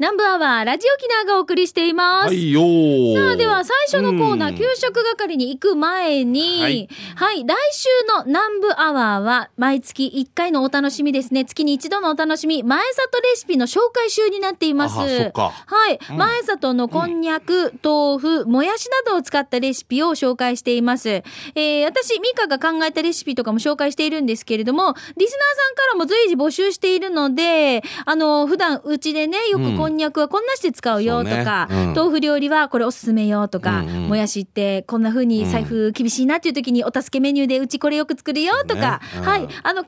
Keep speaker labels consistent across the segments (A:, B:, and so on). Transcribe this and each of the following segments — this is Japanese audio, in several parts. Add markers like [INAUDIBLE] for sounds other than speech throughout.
A: 南部アワーラジオキナーがお送りしています。
B: はいよー
A: さあでは最初のコーナー、
B: うん
A: 給食係に行く前に、は
B: はいい、
A: 来週の南部アワーは毎月1回のお楽しみですね。月に一度のお楽しみ、前里レシピの紹介集になっています。
B: あそっか
A: はい、前里のこんにゃく、豆腐、もやしなどを使ったレシピを紹介しています。えー、私、ミカが考えたレシピとかも紹介しているんですけれども、リスナーさんからも随時募集しているので、あの、普段うちでね、よくこんにゃくはこんなして使うよとか、
B: そうねうん
A: 豆腐料理はこれおすすめよとか、
B: うんうん
A: もやしってこんな風に財布厳しいなっていう時にお助けメニューでうちこれよく作るよとか、
B: そうねうん
A: はい、あの、簡単なレ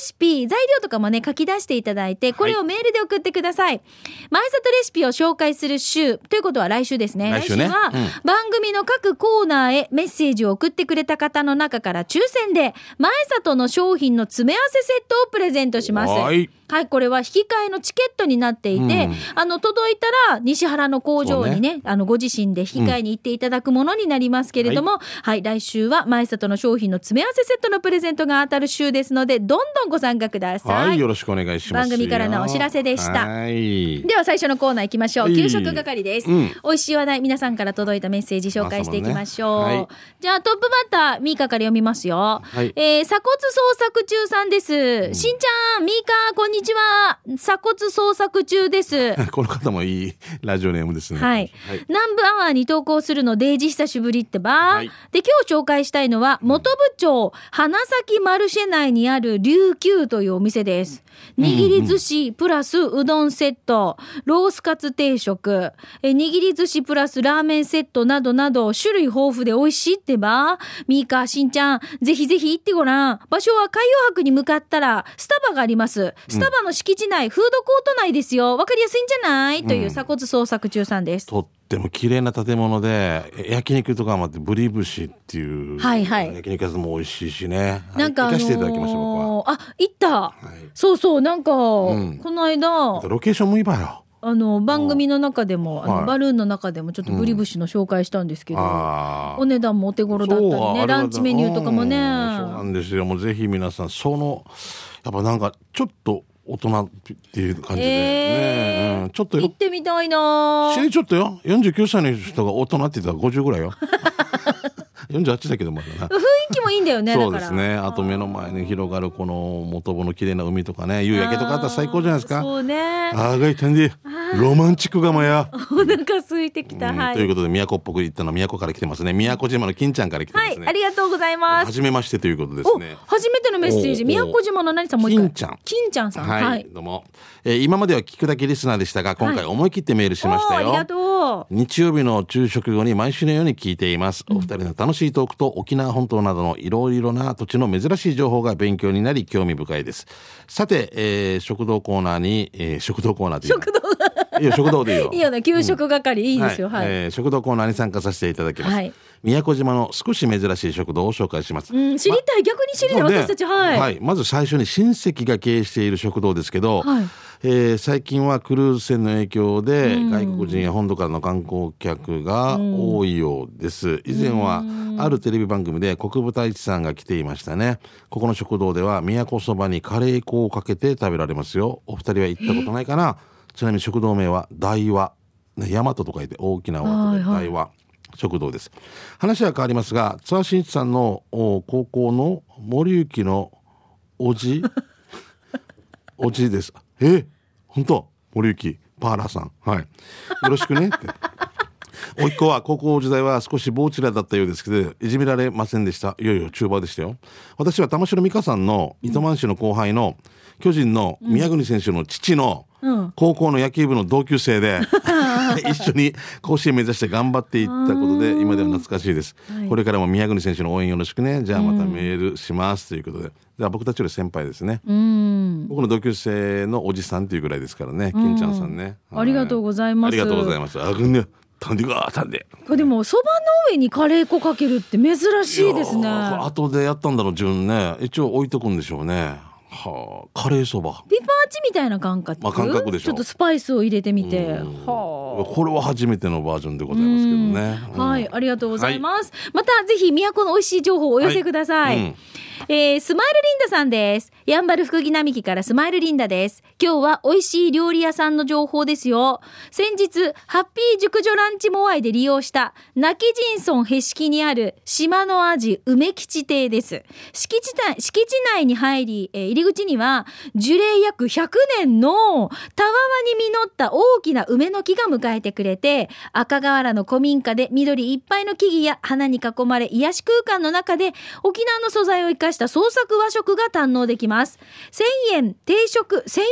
A: シピ、材料とかもね、書き出していただいて、これをメールで送ってください。前里レシピを紹介する週、ということは来週ですね。
B: 来週ね
A: は、
B: うん
A: 番組の各コーナーへメッセージを送ってくれた方の中から抽選で、前里の商品の詰め合わせセットをプレゼントします。
B: はい
A: はい、これは引き換えのチケットになっていて、
B: うん
A: あの、届いたら、西原の工場にね、あの、ご自身で引き換えに行っていただくものになりますけれども、はい、来週は、前里の商品の詰め合わせセットのプレゼントが当たる週ですので、どんどんご参加ください。
B: はいよろしくお願いします
A: 番組からのお知らせでした
B: はい
A: では最初のコーナー行きましょう。
B: はい
A: 給食係です。
B: うん [LAUGHS]
A: 美味しい話題、皆さんから届いたメッセージ紹介していきましょう。
B: あそうねはい
A: じゃあトップバッター、ミーカから読みますよ。
B: はい
A: えー鎖骨捜索中さんです。しんちゃん、ミーカ、こんにちは。鎖骨捜索中です。
B: この方もいいラジオネームですね
A: はい。南部アワーに投稿するのデイジ久しぶりってば、
B: はい
A: で、今日紹介したいのは、元部町、花咲マルシェ内にある琉球というお店です。握り寿司プラスうどんセット、ロースカツ定食、え握り寿司プラスラーメンセットなどなど、種類豊富で美味しいってば、ミーカーしんちゃん、ぜひぜひ行ってごらん。場所は海洋博に向かったら、スタバがあります。スタバの敷地内、フードコート内ですよ。わかりやすいんじゃないという鎖骨捜索中さんです。
B: とっても綺麗な建物でえ焼肉とかもあってブリブシっていう、
A: はいはい
B: 焼肉屋さんも美味しいしねはい
A: なんか、あ
B: 行
A: の
B: かせていただきました僕は、
A: ーあ、行った。
B: はい
A: そうそう、なんか、
B: ん
A: この間、
B: ロケーションもいいばよ
A: あの、番組の中でも、あ
B: は
A: の
B: い
A: バルーンの中でも、ちょっとブリブシの紹介したんですけど、
B: あー
A: お値段もお手頃だった
B: そう
A: り
B: あれ
A: ね、
B: は
A: ランチメニューとかもね。
B: うんそうなんですよもうぜひ皆さんそのやっぱなんかちょっと大人っていう感じで、
A: えー
B: ねうんちょっと
A: 行
B: よ
A: ってみたいな
B: 死にちょっとよ49歳の人が大人って言ったら50ぐらいよ [LAUGHS] 48だけどまだな
A: 雰囲気もいいんだよね、だ
B: そ
A: から。
B: うですねあと目の前に広がるこの元々の綺麗な海とかね夕焼けとかあったら最高じゃないです
A: あー
B: か
A: そうね。
B: あーがいたんでロマンチック釜や、
A: お腹空いてきた。
B: うん
A: は
B: という
A: い。
B: ことで宮古っぽく行ったのは宮古から来てますね宮古島の金ちゃんから来てま
A: は
B: す
A: い
B: ね、、
A: ありがとうございます。
B: 初めましてということです
A: お
B: ね、
A: 初めてのメッセージ、
B: お
A: 宮古島の何さんもう一回。
B: 金ちゃん
A: 金ちゃんさん。
B: はい、
A: はい。
B: どうも、えー今までは聞くだけリスナーでしたが今
A: はい
B: 回思い切ってメールしまし
A: おー
B: た
A: あ
B: よ、
A: りがとう。
B: 日曜日の昼食後に毎週のように聞いています。お二人の楽しいトークと沖縄本島などのいろいろな土地の珍しい情報が勉強になり興味深いです。さて、えー食堂コーナーに、えー食堂コーナーでいいの
A: 食堂
B: いいよ、食堂でいいよ。
A: [LAUGHS] いいよね、給食係、いいですよ。
B: は
A: はい。
B: えー食堂コーナーに参加させていただきます。
A: はい
B: 宮古島の少し珍しい食堂を紹介します。
A: うん、知りたい、逆に知りたい、
B: そうね
A: 私たち、はい。
B: まず最初に親戚が経営している食堂ですけど、
A: はい
B: えー最近はクルーズ船の影響で外国人や本土からの観光客が多いようです以前はあるテレビ番組で国分太一さんが来ていましたねここの食堂では宮古そばにカレー粉をかけて食べられますよお二人は行ったことないかなちなみに食堂名は大和ね大和と書いて大きな和とで
A: はいはい
B: 大和食堂です話は変わりますが津和新一さんのお高校の森行のおじおじですえ本当森行パーラーさんはいよろしくねっておいっ子は高校時代は少し棒ちらだったようですけどいじめられませんでしたいよいよ中盤でしたよ私は玉城美香さんの糸満市の後輩の、巨人の宮国選手の父
A: う
B: の、
A: ん
B: 高校の野球部の同級生
A: [LAUGHS]
B: で一緒に甲子園目指して頑張っていったことで今では懐かしいです、
A: はい
B: これからも宮国選手の応援よろしくねじゃあまたメールしますということでじゃあ僕たちより先輩ですね、
A: うん。
B: 僕の同級生のおじさんっていうぐらいですからね金ちゃんさんね、
A: ありがとうございます
B: ありがとうございますあぐねたんでがたんで
A: これでも、そばの上にカレー粉かけるって珍しいですね。
B: やーこれ後でやったんだろう自分ね一応置いとくんでしょうねはあカレーそば
A: ピパーチみたいな感覚。
B: まあ感覚でしょ
A: ちょっとスパイスを入れてみて。
B: うん
A: はあ。
B: これは初めてのバージョンでございますけどね、うん
A: はい、ありがとうございます。また、ぜひ、都の美味しい情報をお寄せください。
B: はいうん
A: えースマイルリンダさんです。やんばる福木並木からスマイルリンダです。今日は美味しい料理屋さんの情報ですよ。先日、ハッピー熟女ランチモアイで利用した、泣き人村へしきにある島のアジ梅吉亭です。敷地内、敷地内に入り、えー入り口には、樹齢約100年のたわわに実った大きな梅の木が迎えてくれて、赤瓦の古民家で緑いっぱいの木々や花に囲まれ癒し空間の中で沖縄の素材を生かした創作和食が堪能できます。1000円定食、1000円定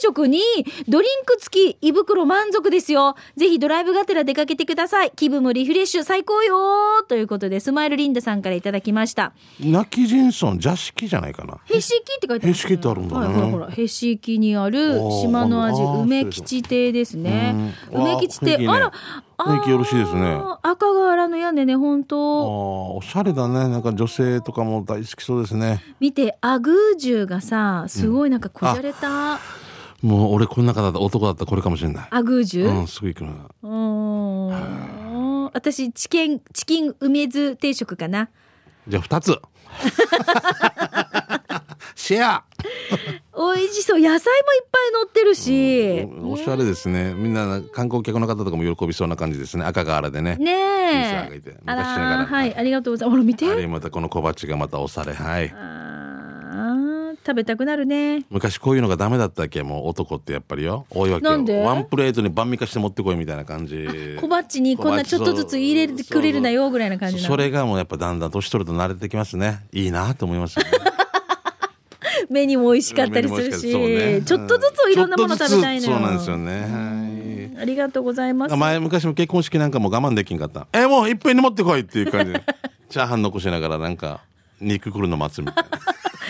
A: 食にドリンク付き胃袋満足ですよ。ぜひドライブがてら出かけてください。気分もリフレッシュ最高よということで、スマイルリンダさんからいただきました。
B: 泣き人村邪式じゃないかな
A: へしきって書いてある、
B: へしきってあるんだね
A: はい、ほらほら、へしきにある島の味
B: あー
A: 梅吉亭ですね。
B: うん
A: 梅吉亭、
B: わあ
A: あら、
B: 雰囲気ね雰囲気よろしいですね
A: あー赤瓦の屋根ね、本
B: あー
A: 当。
B: おしゃれだねなんか女性とかも大好きそうですね
A: 見て、アグージュがさ、すごいなんかこじゃれた、
B: もう俺この中だった男だったらこれかもしれない
A: アグージ
B: う
A: ュ。
B: んすぐ行くな
A: うーん。私、チキン、チキン梅酢定食かな。
B: じゃあ
A: [LAUGHS]
B: 二つシェア
A: 美味しそう、野菜もいっぱい乗ってるし。
B: おしゃれですねみんな観光客の方とかも喜びそうな感じですね赤瓦でね
A: ね
B: シーサーがい
A: え
B: て。
A: あ
B: 昔なが
A: らー、
B: ら
A: はい、ありがとうございます。ほら、見て
B: あ。れまたこの小鉢がまた押されはい
A: あー食べたくなるね
B: 昔こういうのがダメだったっけもう男ってやっぱりよ多いわけよ
A: なんで
B: ワンプレートに晩味化して持ってこいみたいな感じ
A: 小鉢にこんなちょっとずつ入れてくれるなよぐらいな感じな
B: そ
A: の
B: それがもうやっぱだんだん年取ると慣れてきますねいいなと思
A: [LAUGHS]
B: いますよね
A: 目にも美味しかったりするし
B: そうね
A: ちょっとずついろんなもの食べたいの
B: ちょっとずつそうなんですよね
A: ありがとうございます
B: はい前昔も結婚式なんかも我慢できんかったえもういっぺんに持ってこいっていう感じでチャーハン残しながらなんか肉くるの待つみたいな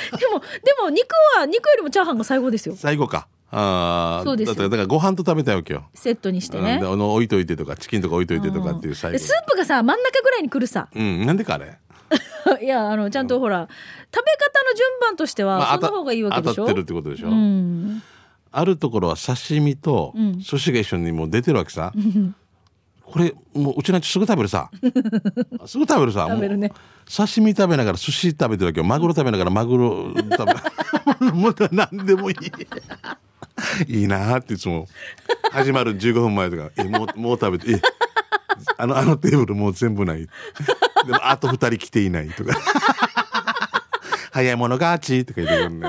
A: でもでも肉は肉よりもチャーハンが最後ですよ
B: 最後かあー
A: そうですよ
B: だってだからご飯と食べたいわけよ
A: セットにして
B: なん
A: ね
B: であの置いといてとかチキンとか置いといてとかっていう最
A: で
B: 後
A: スープがさ真ん中ぐらいに来るさ
B: うんなんでかあれ
A: [LAUGHS] いやあのちゃんとほら食べ方の順番としてはそ
B: あ
A: の
B: た
A: 方がいいわけでしょ
B: 当たってるってことでしょ、
A: うん
B: あるところは刺身と寿司が一緒にもう出てるわけさ、これもううちの父すぐ食べ
A: [LAUGHS]
B: るさすぐ食べるさ
A: 食べるね
B: もう刺身食べながら寿司食べてるわけよマグロ食べながらマグロ食
A: [LAUGHS]
B: べもう何でもいいいいなーっていつも始まる15分前とか「えもうもう食べてえあのあのテーブルもう全部ない」でもあと2人来ていないとか早い者勝ちとか言ってくるね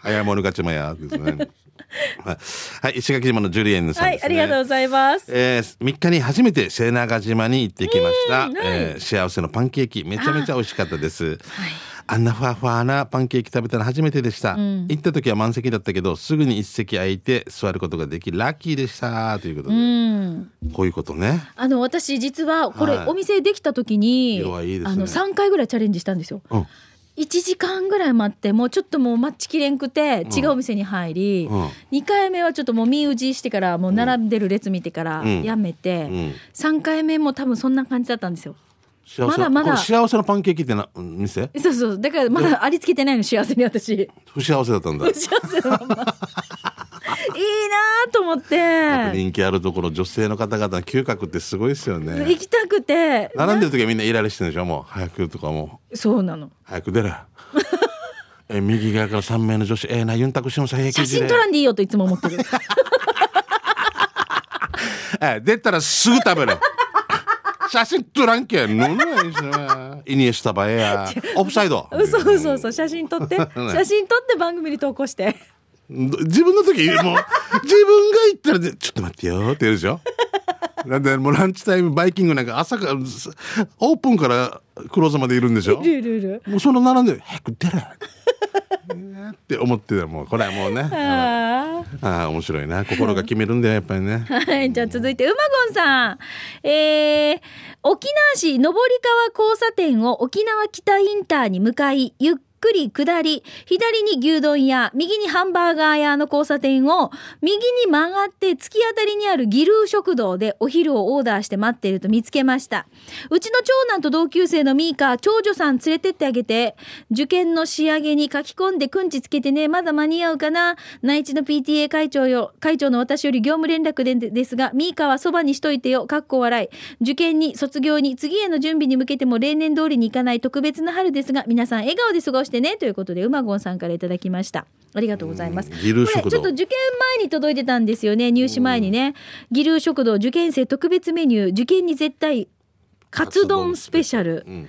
B: 早い者勝ちもやですねはいはい石垣島のジュリエンヌさん
A: は
B: で
A: い
B: す、
A: あ
B: ね
A: りがとうございます
B: えー、3日に初めて瀬長島に行ってきました、
A: うんはい
B: えー幸せのパンケーキめちゃめちゃ美味しかったですあんなふわふわなパンケーキ食べたの初めてでした、行った時は満席だったけどすぐに一席空いて座ることができラッキーでしたということで、
A: うん
B: こういうことね
A: あの私実はこれ
B: はい
A: お店できた時に、
B: 色はいいですね
A: あの3回ぐらいチャレンジしたんですよ。
B: うん
A: 1時間ぐらい待ってもうちょっともう待ちきれんくて違うお店に入り、
B: うん
A: 2回目はちょっともう身打ちしてからもう並んでる列見てから
B: ん
A: やめて、
B: ん
A: 3回目も多分そんな感じだったんですよ。
B: 幸せ
A: まだまだ
B: これ幸せのパンケーキってなうん店
A: そうそうだからまだありつけてないの幸せに私
B: 不幸せだったんだ
A: 幸せのま
B: [LAUGHS]
A: まいいなと思っ
B: やっぱ
A: て
B: 人気あるところ女性の方々の嗅覚ってすごいですよね
A: 行きたくて
B: 並んでる時はみんなイライラしてるでしょもう早くとかもう
A: そうなの [LAUGHS]
B: 早く出ろえ右側から3名の女子ええなユンタクシの最
A: 写真撮らんでいいよといつも思ってる。
B: え出たらすぐ食
A: [LAUGHS]
B: べる写真撮らんけん飲んないしなイニエスタバエやオフサイド
A: そうそうそう写真撮って写真撮って番組に投稿して
B: ど自分の
A: [LAUGHS]
B: 時もう自分が行ったらでちょっと待ってよって言うでしょなんでもうランチタイムバイキングなんか朝からすオープンからクローズまでいるんでしょ
A: ルールール
B: もうその並んで早く出ろえーって思ってたもうこれはもうね
A: あ
B: ああ面白いな心が決めるんだよやっぱりね
A: ーはいじゃあ続いてうまごんさんえー、沖縄市上り川交差点を沖縄北インターに向かいゆっくり下り左に牛丼屋右にハンバーガー屋の交差点を右に曲がって突き当たりにあるギルー食堂でお昼をオーダーして待っていると見つけましたうちの長男と同級生のミーカ長女さん連れてってあげて受験の仕上げに書き込んでくんちつけてねまだ間に合うかな内地の PTA 会長よ会長の私より業務連絡でですがミーカはそばにしといてよかっこ笑い受験に卒業に次への準備に向けても例年通りにいかない特別な春ですが皆さん笑顔で過ごしてしてねということで馬ゴンさんからいただきましたありがとうございます。
B: うんギルー食堂
A: これちょっと受験前に届いてたんですよね入試前にね。ギルー食堂受験生特別メニュー受験に絶対カツ丼スペシャル。
B: うん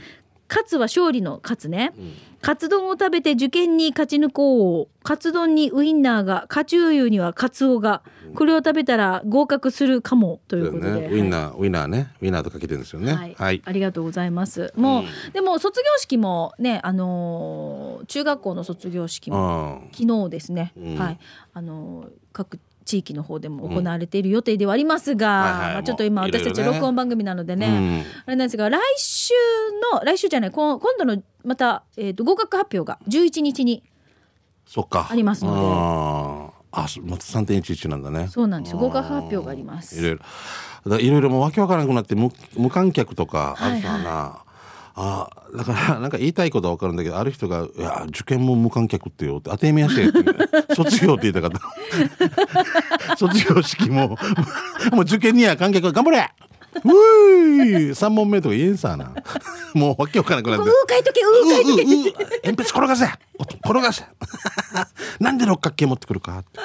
A: カツは勝利のカツね。
B: うん
A: カツ丼を食べて受験に勝ち抜こう。カツ丼にウインナーが、カチュウユにはカツオが。これを食べたら合格するかもという
B: そう
A: こと
B: だよ
A: で。
B: ねウインナーウインナーねウインナーとかけてるんですよね
A: はい、
B: はい
A: ありがとうございます。もう、
B: うん
A: でも卒業式もね、あのー中学校の卒業式も
B: うん
A: 昨日ですね。
B: うん
A: はい、あのー各地域の方でも行われている予定ではありますが、
B: うんはいはい
A: まあちょっと今
B: もういろい
A: 私
B: ろね
A: たち録音番組なのでね、
B: うん
A: あれなんですが来週の来週じゃないこん今度のまた、えー、と合格発表が11日に
B: そっか
A: ありますので
B: のであそまた3.11なんだね
A: そうなんですよ合格発表がありま
B: いろ
A: す。
B: いろだからいろいろもうわけわからなくなって無無観客とかあるからな、あだから [LAUGHS] なんか言いたいことはわかるんだけどある人が「いや受験も無観客ってよ」って「当てみやして」って
A: [LAUGHS]
B: 「卒業」って言いたかった [LAUGHS] 卒業式も [LAUGHS] もう受験には観客頑張れうい三問目とか言えんさな [LAUGHS] もうわけわからなくなっ
A: う [LAUGHS]
B: て
A: う書いとけうう書いとけ
B: ううう鉛筆転がせおっと転がせ [LAUGHS] なんで六角形持ってくるかって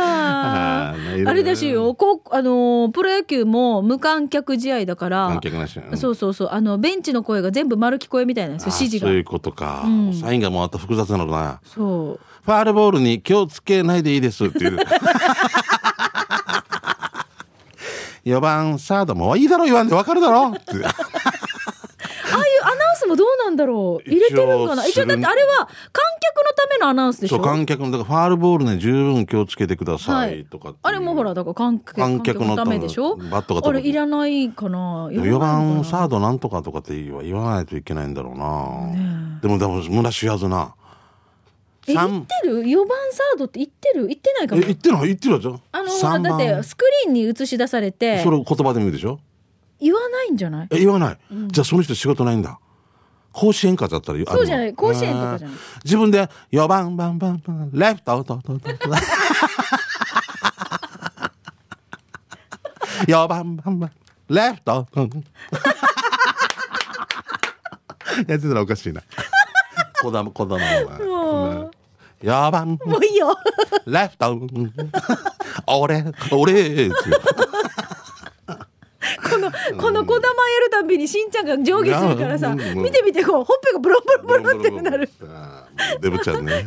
A: あ
B: あーまあいろいろ
A: ー
B: ね
A: あれだしよ、こうあのープロ野球も無観客試合だから、
B: 観客なし、うん
A: そうそうそうあのベンチの声が全部丸聞こえみたいなんですよ
B: あ
A: 指示
B: そうい
A: が
B: うことか、
A: うん
B: サインがもうあった複雑なのかな
A: そう
B: ファールボールに気をつけないでいいですっていう [LAUGHS] 4番サードもいいだろ言わんでわかるだろって
A: ああいうアナウンスもどうなんだろう入れてるんかな一
B: 一
A: 応
B: 応
A: だってあれは観客のためのアナウンスでし
B: そう
A: ょ
B: 観客のだからファールボールに十分気をつけてくださいとかっていう、
A: あれもほらだから観客
B: 観客の
A: 観ためでしょ
B: バットが
A: あ
B: 飛ぶ
A: れいらないかな
B: 4番
A: ー
B: サードなんとかとかって言わ言わないといけないんだろうな、でもでも村知らずな
A: え
B: 三
A: 言ってる4番サードって言ってる言ってないか
B: え
A: も
B: 言ってるの言ってるやつよ
A: あのほら
B: 三
A: だっ
B: 番
A: てスクリーンに映し出されて
B: それを言葉でも言うでしょ
A: 言わないんじゃない
B: え言わない、じゃあその人仕事ないんだ甲子園かだったら
A: そうじゃない甲子園とかじゃない
B: い自分で4番バンバンバンレフトトトト
A: [LAUGHS]
B: ト4番バンバンレフトトトやってたらおかしいな子供子供は4番
A: もういいよ
B: レ
A: [LAUGHS]
B: フト俺俺
A: このこの小玉やるたんびにしんちゃんが上下するからさ
B: いやうん
A: 見てみてこうほっぺがブロンブロンブロンってな
B: [LAUGHS]
A: る
B: あーもうデブちゃんね、はい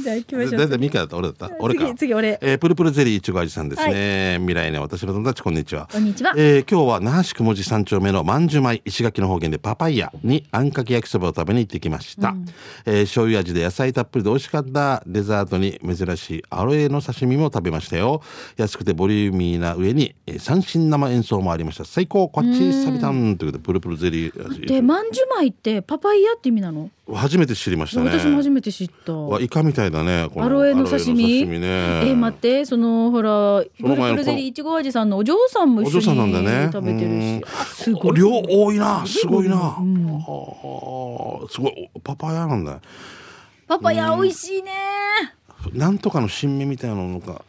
A: じゃあ行きましょ
B: だ
A: う。
B: だいミカだった俺だった俺か
A: 次次俺
B: えープルプルゼリーいちご味さんですね、未来ね私の友達こんにちは
A: こんにちは
B: えー今日は那覇市雲寺三丁目のまんじゅう米石垣の方言でパパイヤにあんかけ焼きそばを食べに行ってきました、えー醤油味で野菜たっぷりで美味しかったデザートに珍しいアロエの刺身も食べましたよ安くてボリューミーな上に、えー三振生演奏もありました最高こっちサビタンということでプルプルゼリー味いち
A: で、まんじゅう米ってパパイヤって意味なの？
B: ご初めて知りましたね
A: 私も初めて知った。
B: わイカみたいだねこ
A: アロエの刺身。
B: アロエの刺身ね
A: えー待って、そのほらブ
B: の
A: ル
B: 前の
A: ブルゼリーいちご味さんのお嬢さんも一
B: お嬢さ
A: 緒
B: んなん
A: に
B: だね
A: 食べてるし、あすご
B: お
A: い。
B: 量多いなすごいな、はあすごいおパパイヤなんだ
A: パパイヤ美味しいね。
B: なんとかの新芽みたいなのが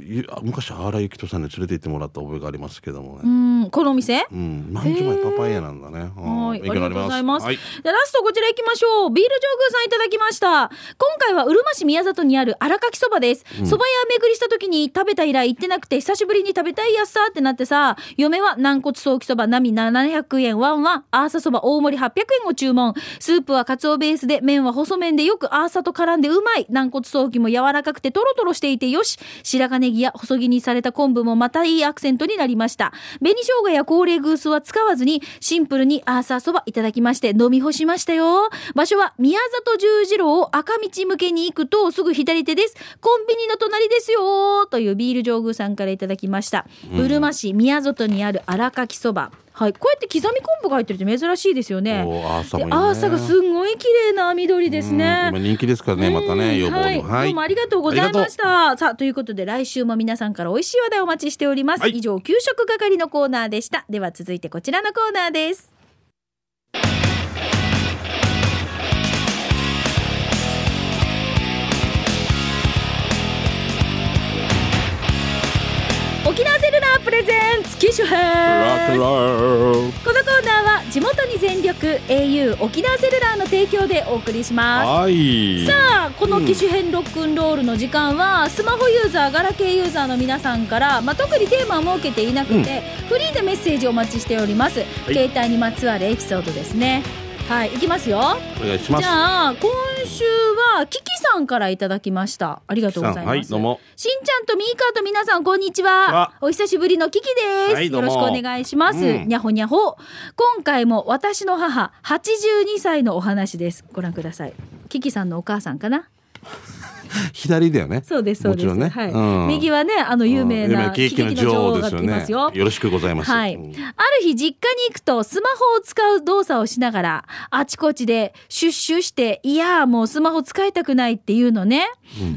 B: ゆあ昔荒井幸人さんに連れて行ってもらった覚えがありますけども
A: う
B: ね
A: ん、このお店？
B: うん、毎日前パパイヤなんだね、は
A: は
B: あ
A: い、あ
B: 勉
A: り
B: 強に
A: が
B: な
A: とうござい
B: り
A: ます。
B: はい
A: でラストこちら行きましょう。ビール上宮さんいただきました。今回はうるま市宮里にある荒垣そばです。蕎麦屋巡りした時に食べた以来行ってなくて久しぶりに食べたいやっさってなってさ、嫁は軟骨早期そば並700円ワンワン、アーサそば大盛り800円を注文。スープはカツオベースで麺は細麺でよくアーサと絡んでうまい。軟骨早期も柔らかくてトロトロしていてよし。白髪ネギや細切りにされた昆布もまたいいアクセントになりました。紅生姜や高麗グースは使わずに、シンプルにアーサーそばいただきまして、飲み干しましたよ。場所は宮里十字路を赤道向けに行くと、すぐ左手です。コンビニの隣ですよ。というビール上宮さんからいただきました。うるま市宮里にある荒かきそば。はい。こうやって刻み昆布が入ってるって珍しいですよね。
B: おーアーサもいい
A: で
B: ね
A: アーサがすんごい綺麗な緑ですね
B: うん。今人気ですからねまた
A: うん
B: ね予防に
A: はい、どうもありがとうございまし
B: あ
A: た。さあ、ということで、来週も皆さんから美味しい話題をお待ちしております。
B: はい
A: 以上、給食係のコーナーでした。では、続いてこちらのコーナーです。沖縄セルラーププレゼンツ機種
B: ラク
A: 編
B: ラ
A: このコーナーは地元に全力 au 沖縄セルラーの提供でお送りします
B: はい
A: さあこの機種編ロックンロールの時間はスマホユーザーガラケーユーザーの皆さんから、まあ、特にテーマは設けていなくて、
B: うん
A: フリーでメッセージをお待ちしております、
B: い
A: 携帯にまつわるエピソードですねはいいきますよ
B: お願いします
A: じゃあ今週はキキさんからいただきましたありがとうございます
B: はいどう
A: [LAUGHS]
B: も
A: しんちゃんとミーカーと皆さんこんにちは
B: こんにちは
A: お久しぶりのキキです、
B: はいど
A: よ
B: う
A: ろ
B: も
A: しくお願いします、
B: うん
A: にゃほにゃほ今回も私の母82歳のお話ですご覧くださいキキさんのお母さんかな
B: 左だよね
A: そうですそうです
B: もちろんね、
A: はい
B: うん
A: 右はねあの有名
B: うん有
A: な
B: ケー
A: 喜
B: キの
A: 劇の
B: 女
A: 女
B: 王
A: 王
B: で
A: が来
B: すよ
A: てま
B: ね
A: すよ
B: よろしくございます
A: はい。あ
B: う
A: る
B: ん
A: 日実家に行くとスマホを使う動作をしながら、あちこちでシュッシュして、いやーもうスマホ使いたくないっていうのね。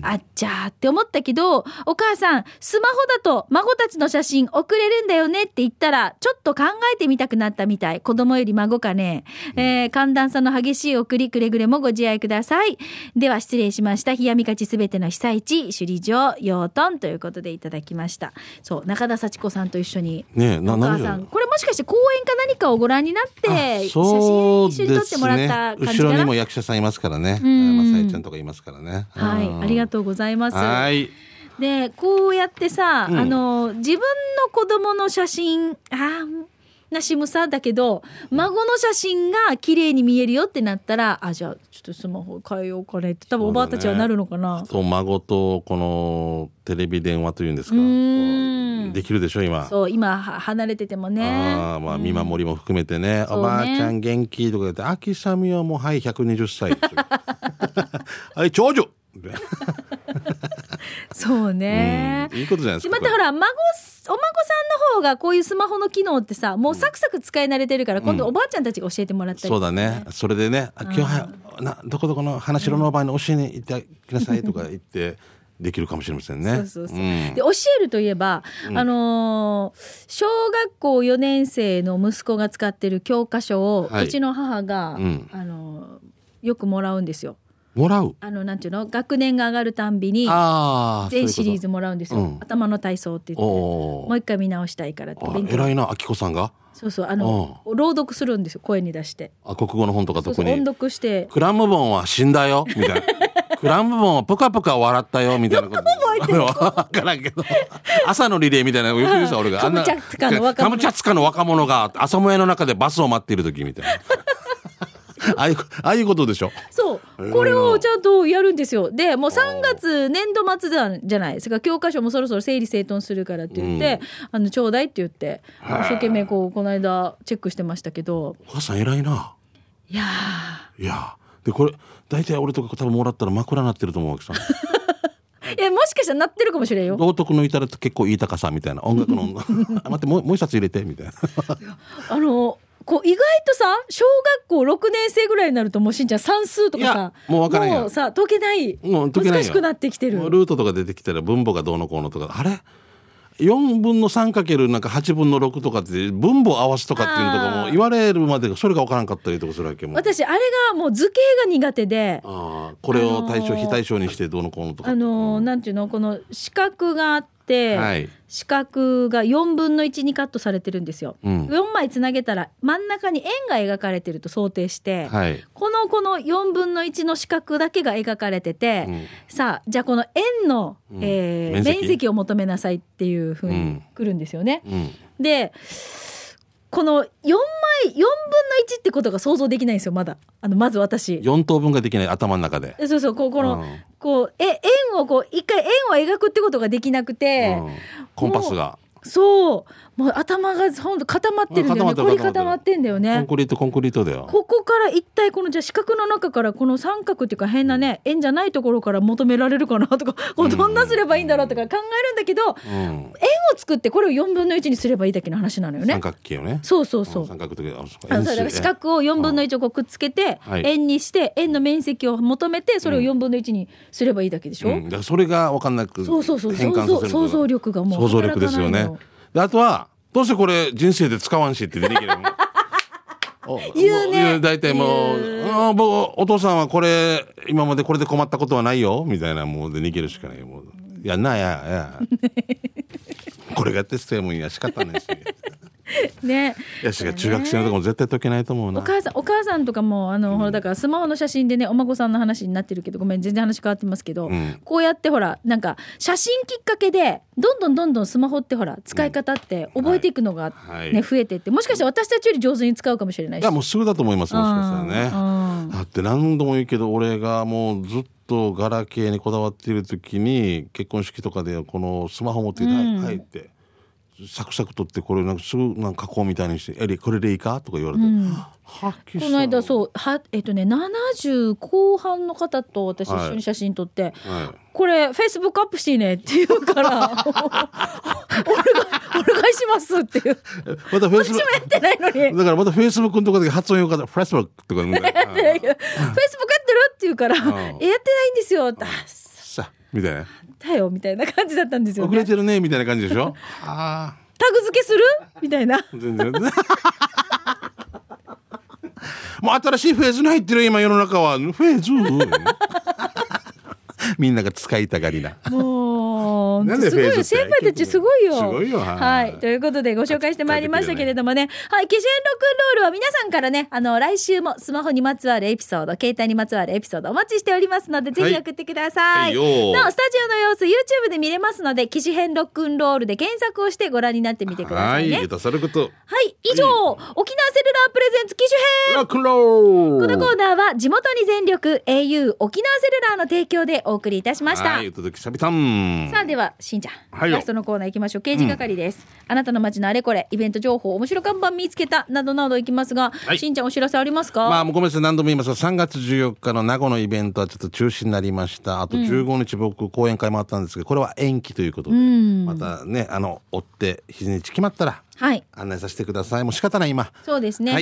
A: あっちゃーって思ったけど、お母さん、スマホだと孫たちの写真送れるんだよねって言ったら、ちょっと考えてみたくなったみたい。子供より孫かね。えー寒暖差の激しい送り、くれぐれもご自愛ください。では失礼しました。冷やみかちすべての被災地、首里城、養豚ということでいただきました。そう、中田幸子さんと一緒に
B: ねえな
A: お母さ
B: 何
A: ん
B: を
A: これもしかして公演か何かをご覧になって
B: あ
A: 写真一緒に撮ってもらった
B: そうで
A: 感
B: す
A: じか
B: ね、後ろに
A: な、
B: も役者さんいますからね
A: うん
B: まさえちゃんとかいますからね
A: はいありがとうございま
B: うは
A: す
B: い
A: でこうやってさ、
B: うん
A: あの自分の子供の写真あーなしむさだけど孫の写真が綺麗に見えるよってなったらあじゃあちょっとスマホ変えようかねって多分おばあたちはなるのかな、
B: と孫とこのテレビ電話というんですか
A: うーん
B: こうできるでしょ今
A: そう今は離れててもね
B: あーまあ見守りも含めてね、
A: そうね
B: おばあちゃん元気とか言って「秋さみはもうはい120歳」
A: [LAUGHS]
B: 「はい長女」
A: そうね、
B: [LAUGHS] うんいいことじゃないです
A: で
B: か
A: またほら孫すお孫さんの方がこういうスマホの機能ってさもうサクサク使い慣れてるから今度おばあちゃんたちが教えてもらったり、
B: そうだねそれでね「あ今日はなどこどこの花城のおばあに教えに行ってきなさい」とか言ってできるかもしれませんね。
A: そうそうそう
B: うん
A: で教えるといえば、あのー小学校4年生の息子が使ってる教科書を、
B: はいう
A: ちの母が、
B: うん
A: あのーよくもらうんですよ。
B: もらう
A: あのなんていうの学年が上がるたんびに
B: ああ
A: 全シリーズもらうんですよ。
B: うん
A: 頭の体操って言って
B: お
A: もう一回見直したいからって
B: お
A: 勉強
B: 偉いなあきこさんが
A: そうそうあの朗読するんですよ声に出して。
B: あ国語の本とか
A: そう
B: 特
A: そう
B: に
A: 音読して
B: クラムボンは死んだ
A: [LAUGHS]
B: よみたいなクラムボンはぷかぷか笑ったよみたいなこと [LAUGHS] 分からんけど朝のリレーみたいなのよく言うさ俺が
A: カムチャツカの若者
B: カムチャツカの若者が朝もやの中でバスを待っている時
A: [LAUGHS]
B: みたいなああいうああいうことでしょ
A: そう、
B: えー
A: これをちゃんとやるんですよ。で、もう3月年度末だじゃないですか、教科書もそろそろ整理整頓するからって言って、あのちょうだいって言って、あの一生懸命こうこの間チェックしてましたけど、
B: お母さん偉いない
A: や
B: いやでこれ大体俺とか多分もらったら枕なってると思うわけ
A: [LAUGHS]
B: さん
A: ー、いやもしかしたらなってるかもしれんよ。
B: 道徳の至ると結構いい高さみたいな音楽の
A: [LAUGHS]
B: あ待ってもうもう一冊入れてみたいな
A: あの。こう意外とさ小学校6年生ぐらいになるともうしんちゃん算数とか
B: い
A: さ
B: やもうわからんやん
A: もうさ解けない
B: もう解けないよ
A: 難しくなってきてる
B: もうルートとか出てきたら分母がどうのこうのとかあれ4分の3かけるなんか8分の6とかって分母合わすとかっていうのとか
A: あ
B: も
A: ー
B: 言われるまでそれが分からんかったりとかするわけもう
A: 私あれがもう図形が苦手で
B: あーこれを対象、
A: あのー
B: 非対象にしてどうのこうのとか
A: あのーなんていうのこの四角があって、
B: はい
A: 四角が4分の1にカットされてるんですよ。
B: うん
A: 4枚つなげたら真ん中に円が描かれてると想定して、
B: はい
A: このこの4分の1の四角だけが描かれてて、
B: うん
A: さあじゃあこの円の、
B: うん
A: えー面
B: 面
A: 積
B: 積
A: を求めなさいっていうふう
B: う
A: に
B: ん
A: 来るんですよね。
B: うん
A: でこの4枚4分の1ってことが想像できないんですよまだあのまず私。
B: 4等分ができない頭の中で
A: そうそうこうこの、
B: うん
A: こうえ円をこう一回円を描くってことができなくて。
B: うんコンパスが
A: そうもう頭がほんと固まってるんだよね
B: うん
A: 凝り固
B: 固
A: ま
B: ま
A: っ
B: って
A: んだよ
B: コン
A: ね
B: クリートコンクリートだよ
A: ここから一体このじゃあ四角の中からこの三角っていうか変なね円じゃないところから求められるかなとかこうどんなすればいいんだろうとか考えるんだけど円
B: うん
A: を作ってこれを4分の1にすればいいだけの話なのよね
B: 三角形をね
A: そうそうそう
B: うん三角形あそうか
A: あの
B: 円
A: そうだ
B: 錐
A: から四角を4分の1をこうくっつけて
B: はい
A: 円にして円の面積を求めてそれを4分の1にすればいいだけでしょ、
B: うん、だからそれが分かんなく
A: そうそうそう
B: 変換させるとか
A: 想像力がもう
B: 想像力ですよ
A: 働
B: ね
A: かないの
B: であとはどうしてこれ人生で使わんしって出
A: [LAUGHS]
B: てきるのお
A: 言うね
B: も大体もう
A: 言
B: あー僕お父さんはこれ今までこれで
A: [LAUGHS]
B: 困ったことはないよみたいなもうで逃げるしかないもういやなんやいやこれがやっててもいいや仕方ないし
A: ね
B: いやしか中学生のとこも絶対解けないと思う
A: お
B: な
A: 母さんお母さんとかもあの、ほらだからスマホの写真でねお孫さんの話になってるけどごめん全然話変わってますけど、
B: うん
A: こうやってほらなんか写真きっかけでどんどんどんどんスマホってほら使い方って覚えていくのが、ね
B: はいはい
A: 増えてってもしかして私たちより上手に使うかもしれない
B: い
A: し。
B: やもうすぐだと思いますもしかしたらね
A: うん
B: だって何度も言うけど俺がもうずっとガラケーにこだわっている時に結婚式とかでこのスマホ持って入って入って、サクサク取ってこれなんかすぐなんか加工みたいにして「えりこれでいいか?」とか言われて、はっきりした
A: この間そうはえっとね70後半の方と私一
B: はい
A: 緒に写真撮って、
B: は
A: これフェイスブックアップしていいねって言うから [LAUGHS] おおお願いお願いしますっていう
B: い、またフェイス
A: 私
B: ブ
A: もやってないのにや
B: ックだからまたフェイスブックのところで発音よかった「フェイスブック」とか、
A: [LAUGHS] っ
B: ね、
A: てないけどフェイスブックやってるって言うから「えやってないんですよ」って「あ
B: さみたいな
A: だよ」みたいな感じだったんですよ
B: 遅れ
A: ね。
B: てるねみたいな感じでしょあ
A: タグ付けするみたい
B: [LAUGHS]
A: な。
B: あ全然もう新しいフェーズに入ってるよ今世の中はフェーズ [LAUGHS] みんなが使いたがりな
A: もう、
B: なんです
A: ごいよ。
B: フェイスって
A: 先輩たちすごいよ。
B: すごいよ
A: は、
B: はいい
A: ということでご紹介してまいりましたけれどもね。はい。キシェンロックンロールは皆さんからね、あの、来週もスマホにまつわるエピソード、携帯にまつわるエピソードお待ちしておりますので、ぜ
B: は
A: ひ
B: い
A: 送ってくださ
B: はい
A: い。
B: よ
A: なお、スタジオの様子 YouTube で見れますので、キシヘンロックンロールで検索をしてご覧になってみてくだ
B: は
A: さい
B: い
A: ね。
B: ゆたさること
A: はい。以上、沖縄セルラープレゼンツ機種編
B: ラクロ
A: このコーナーは地元に全力 au 沖縄セルラーの提供でお送りいたしました。
B: はいゆたときさびたん
A: さあではしんちゃん、
B: はいよ
A: ラストのコーナー行きましょう刑事係です、あなたの街のあれこれイベント情報面白看板見つけたなどなど行きますが、
B: はい
A: しんちゃんお知らせありますか、
B: まあ、もうごめんなさい、何度も言いますが、3月14日の名護のイベントはちょっと中止になりました。あと15日、僕、講演会もあったんですけど、これは延期ということで、またね、あの、追って、日にち決まったら、
A: はい
B: 案内させてください。もう仕方ない、今。
A: そうですね。は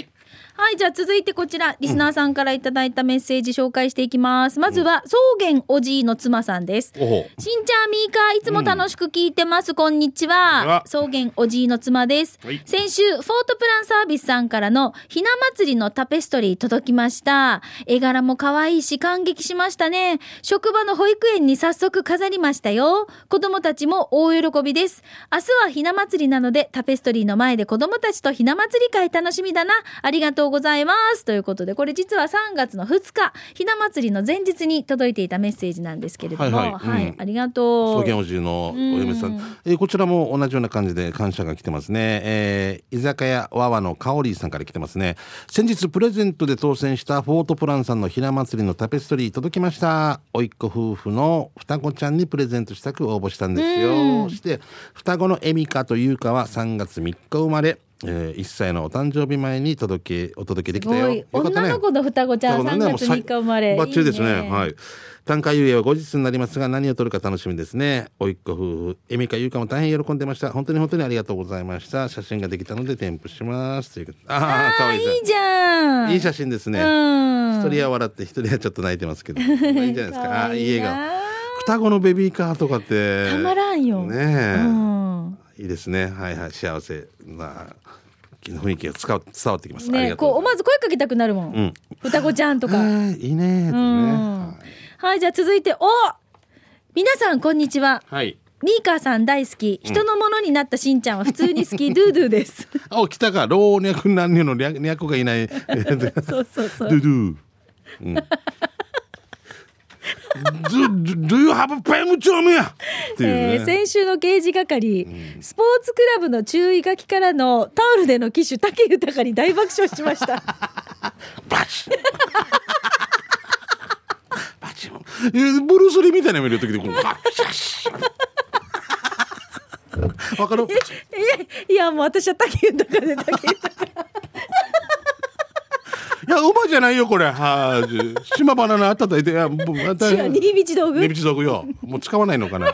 B: はいい、
A: じゃあ続いてこちら、リスナーさんからいただいたメッセージ紹介していきます。まずは、草原おじいの妻さんです。
B: おほ
A: しんちゃん、みーか、いつも楽しく聞いてます。こんにちは。草原おじいの妻です。
B: はい
A: 先週、フォートプランサービスさんからのひな祭りのタペストリー届きました。絵柄も可愛いし感激しましたね。職場の保育園に早速飾りましたよ。子供たちも大喜びです。明日はひな祭りなので、タペストリーの前で子供たちとひな祭り会楽しみだな。ありがとうございます。ということで、これ実は3月の2日、ひな祭りの前日に届いていたメッセージなんですけれども、は、
B: はいいはいうん
A: ありがとう。
B: 草原おじいのお嫁さん、えーこちらも同じような感じで感謝が来てますね、えー居酒屋わわのかおりさんから来てますね先日プレゼントで当選したフォートプランさんのひな祭りのタペストリー届きました甥っ子夫婦の双子ちゃんにプレゼントしたく応募したんですよそして双子のエミカとユウカは3月3日生まれ、え1歳のお誕生日前に届けお届けでき
A: す
B: た
A: ご
B: よ
A: い
B: よかったね
A: 女の子の双子ちゃん、
B: だか
A: 3
B: らね
A: 月3日生まれ。
B: もうさいバッチリですね
A: いい
B: はい単価遊泳は後日になりますが何を取るか楽しみですねおいっ子夫婦エミカ優香も大変喜んでました本当に本当にありがとうございました写真ができたので添付しますということああかわいい
A: いいじゃん。
B: いい写真ですね
A: うん
B: 一人は笑って一人はちょっと泣いてま
A: [LAUGHS]
B: すけどまあいいんじゃないですかあーいい
A: 可
B: 笑
A: 愛
B: 顔
A: な
B: 双子のベビーカーとかって
A: たまらんよ。
B: ね
A: う
B: え、
A: ん。
B: いいですねはいはい幸せな雰囲気が伝わ伝わってきます、あり
A: ね
B: が
A: こう
B: とう
A: 思わず声かけたくなるもん。
B: ん
A: 双子ちゃんと
B: え
A: か。
B: ーいいねーってね
A: うん
B: は
A: はい、じゃあ続いて、お皆さんこんにちは。
B: いはい
A: ミーカーさん大好き。人のものになったしんちゃんは普通に好き。ドゥドゥ
B: [LAUGHS]
A: です。
B: あ、来たか。老若男女の略略がいない。ドゥ
A: そうそうそ
B: ド
A: う。
B: ゥ。うん Do, do, do you have a pen with you, Mia? って
A: え
B: い
A: ー
B: うね。
A: 先週の刑事係、スポーツクラブの注意書きからのタオルでの機種竹豊に大爆笑しました
B: [LAUGHS] バチバチもえーブルース・リーみたいなの見るときでこうバチャシャわかる
A: いやいやもう私は竹豊で竹豊
B: いや、馬じゃないよ、これ。はー島バナナ叩いて。いや、もうまた
A: 違
B: [LAUGHS]
A: う新道道具
B: リビチ族よ。もう使わないのかな。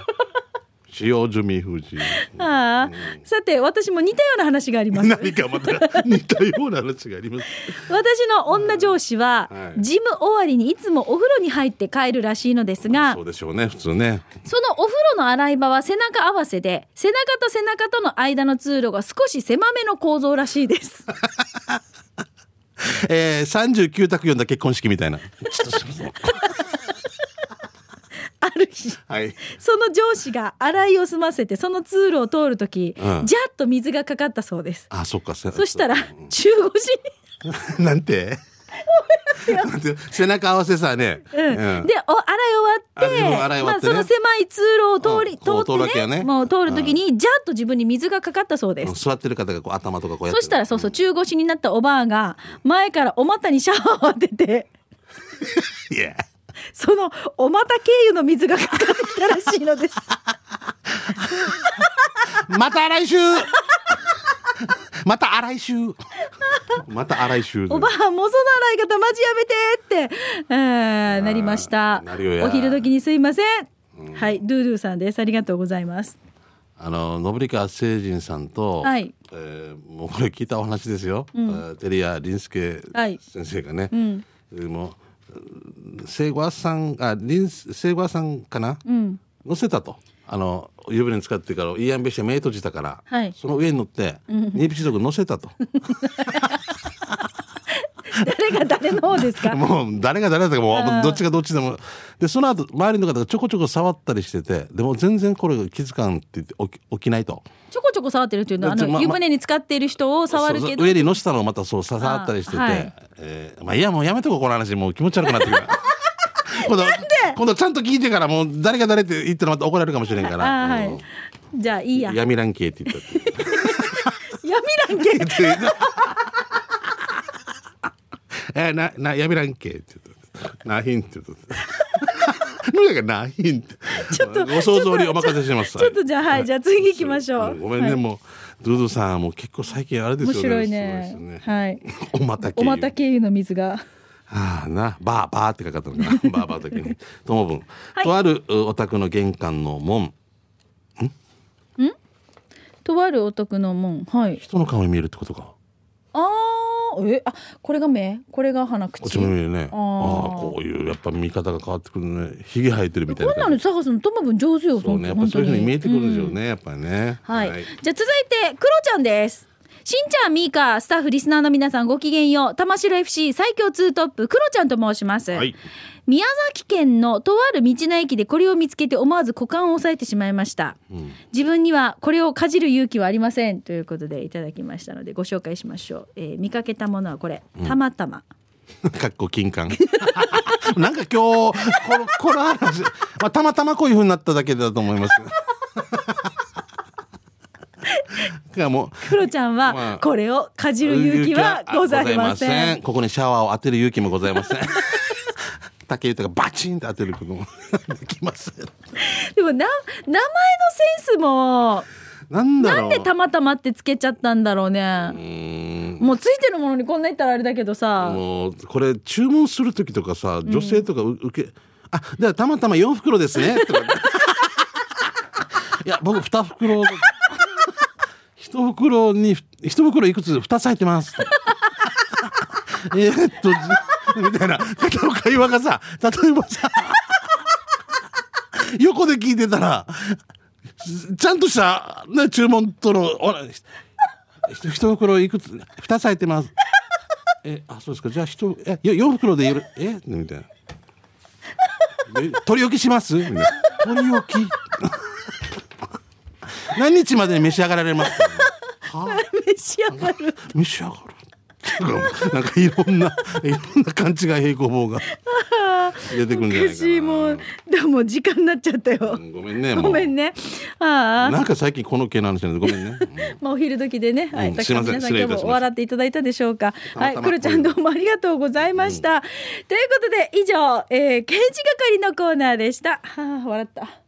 B: 使用済み富士。
A: ああ、さて私も似たような話があります
B: 何かまた似たような話があり
A: [LAUGHS]
B: ます。
A: 私の女上司は、
B: はい
A: ジム終わりにいつもお風呂に入って帰るらしいのですが
B: そうでしょうね、普通ね。
A: そのお風呂の洗い場は背中合わせで背中と背中との間の通路が少し狭めの構造らしいです
B: [LAUGHS]
A: [LAUGHS]
B: えー、39択読んだ結婚式みたいな。ちょっとすいません
A: ある日
B: はい。
A: その上司が洗いを済ませてその通路を通る時、
B: うん
A: ジャッと水がかかったそうです
B: あ、そっか。そ
A: [LAUGHS] そしたら中腰に
B: なん
A: [LAUGHS]
B: て。なんて背中合わせさね。
A: うんでお洗い終わって
B: あでも洗い終
A: ま
B: わ
A: あ、
B: って
A: そ
B: ね
A: の狭い通路を通り、
B: うんこう
A: 通
B: 通る
A: っ
B: わけ
A: て
B: よ
A: ね
B: ね
A: もう通る時にジャッと自分に水がかかったそうです、
B: 座ってる方がこう頭とかこうやっ
A: そ
B: てる。
A: したらそうそう中腰になったおばあが前からお股にシャワーを当てて
B: いや。
A: そのお股経由の水がかかってきたらしいのです
B: また
A: [LAUGHS]
B: 来週。また来週。また来週。
A: おばあもうその洗い方マジやめてって、えーなりました
B: なるよや
A: お昼時にすいません、はいドゥドゥさんですありがとうございます [LAUGHS]
B: あの信川成人さんと、
A: はい
B: えーもうこれ聞いたお話ですよ、えーテリア林助
A: はい
B: 先生がね、でもう聖和さんあ林聖和さんかな、乗せたとあの湯船に使ってからいいやんべして目閉じたから、
A: はい
B: その上に乗ってニピシ族乗せたと [LAUGHS]
A: 誰が誰の方です
B: [LAUGHS]
A: か
B: もう誰が誰だったか
A: [LAUGHS]
B: もうどっちがどっちでもでその後周りの方がちょこちょこ触ったりしててでも全然これ気づかんって言って起き起きないと。
A: ちょこちょこ触ってるっていうのはあ
B: だって
A: の
B: ま
A: 湯船に使っている人を触る
B: そう
A: け
B: そ
A: ど
B: う上にのしたのをまたそう刺さったりしてて、
A: あーはい
B: えーまあいいやもうやめとこうこの話もう気持ち悪くなって
A: [LAUGHS]
B: くる今度今度ちゃんと聞いてからもう誰が誰って言ったらまた怒られるかもしれんから、
A: あー
B: う
A: は
B: ん
A: いじゃあいいや
B: 闇ランキーって言ったって [LAUGHS]
A: 闇なんけ
B: 言ってえーなな闇ランキーって言ったなひんって言った [LAUGHS] なんかなひんって
A: ちょっと
B: ご想像にお任せします
A: ちょっとじゃあはい、じゃあ次行きましょう
B: ごめんね、
A: はい
B: もうドゥドゥさんもう結構最近あれですよ
A: 面白い
B: ねそう
A: ね
B: ですよね
A: はい
B: [LAUGHS] おまたけ
A: お股経由の水が
B: ああなバーバーってかかった
A: [LAUGHS]
B: のかなバーバーだけにともぶん、とあるうお宅の玄関の門
A: とあるお得のもんはい
B: 人の顔に見えるってことか
A: あーえあこれが目これが鼻
B: こっ
A: 口
B: ちも見えるねああ
A: あー
B: こういうやっぱ見方が変わってくるねひげ生えてるみたいな
A: こんなの探すのともぶん上手よ
B: そうねやっぱ
A: 本
B: そ
A: 当
B: ういうふうに見えてくるんですよ
A: うん
B: ね、やっぱりね
A: はい、じゃあ続いてクロちゃんですしんちゃん、みーか、スタッフ、リスナーの皆さんごきげんよう。玉城 FC 最強ツートップ、クロちゃんと申します。
B: はい
A: 宮崎県のとある道の駅でこれを見つけて思わず股間を押さえてしまいました。
B: うん
A: 自分にはこれをかじる勇気はありませんということでいただきましたのでご紹介しましょう、えー見かけたものはこれたまたま、
B: かっこ金管 [LAUGHS] なんか今日この [LAUGHS] この話、まあ、たまたまこういうふうになっただけだと思います [LAUGHS]
A: [LAUGHS]
B: だからもう
A: クロちゃん
B: まあ
A: はこれをかじる勇気はございません,、
B: ございまここにシャワーを当てる勇気もございま
A: [LAUGHS]
B: せん竹豊がバチンと当てることも [LAUGHS] できません
A: [LAUGHS] でもな名前のセンスも
B: なんだ
A: な
B: ろ
A: ん
B: う
A: でたまたまってつけちゃったんだろうね
B: うーん
A: もうついてるものにこんな言ったらあれだけどさ
B: もうこれ注文する時とかさ女性とかう受け、あじゃあたまたま4袋ですねとかいや僕2袋一袋に一袋いくつ2つ入ってますえーっとじみたいな片岡岩がさ例えばさ横で聞いてたらちゃんとした、ね、注文とのおらひひ一袋いくつ2つ入ってますえあそうですかじゃあ一えよ四袋でよろえみたいなえ取り置きしますみたいな取り置き [LAUGHS] 何日までに召し上がられますかはあ
A: 召し上がる
B: 召し上がるっていうかなんかいろんないろんな勘違い平行棒が出てくるんじゃないかな
A: 私もうでももう時間になっちゃったよ
B: ごめんねもう
A: ごめんねああ
B: なんか最近この系の話なんでごめんね、うん
A: まあ、お昼時でね、はい、
B: うん
A: たく
B: すい
A: さ
B: ま
A: ん
B: せん
A: 皆さん
B: 失礼い
A: 今
B: た
A: 日
B: しました
A: も笑っていただいたでしょうか。
B: たま
A: は
B: た
A: い、
B: ま
A: くるちゃんどうもありがとうございました。ということで、以上、えー、刑事係のコーナーでした。はあ、笑った。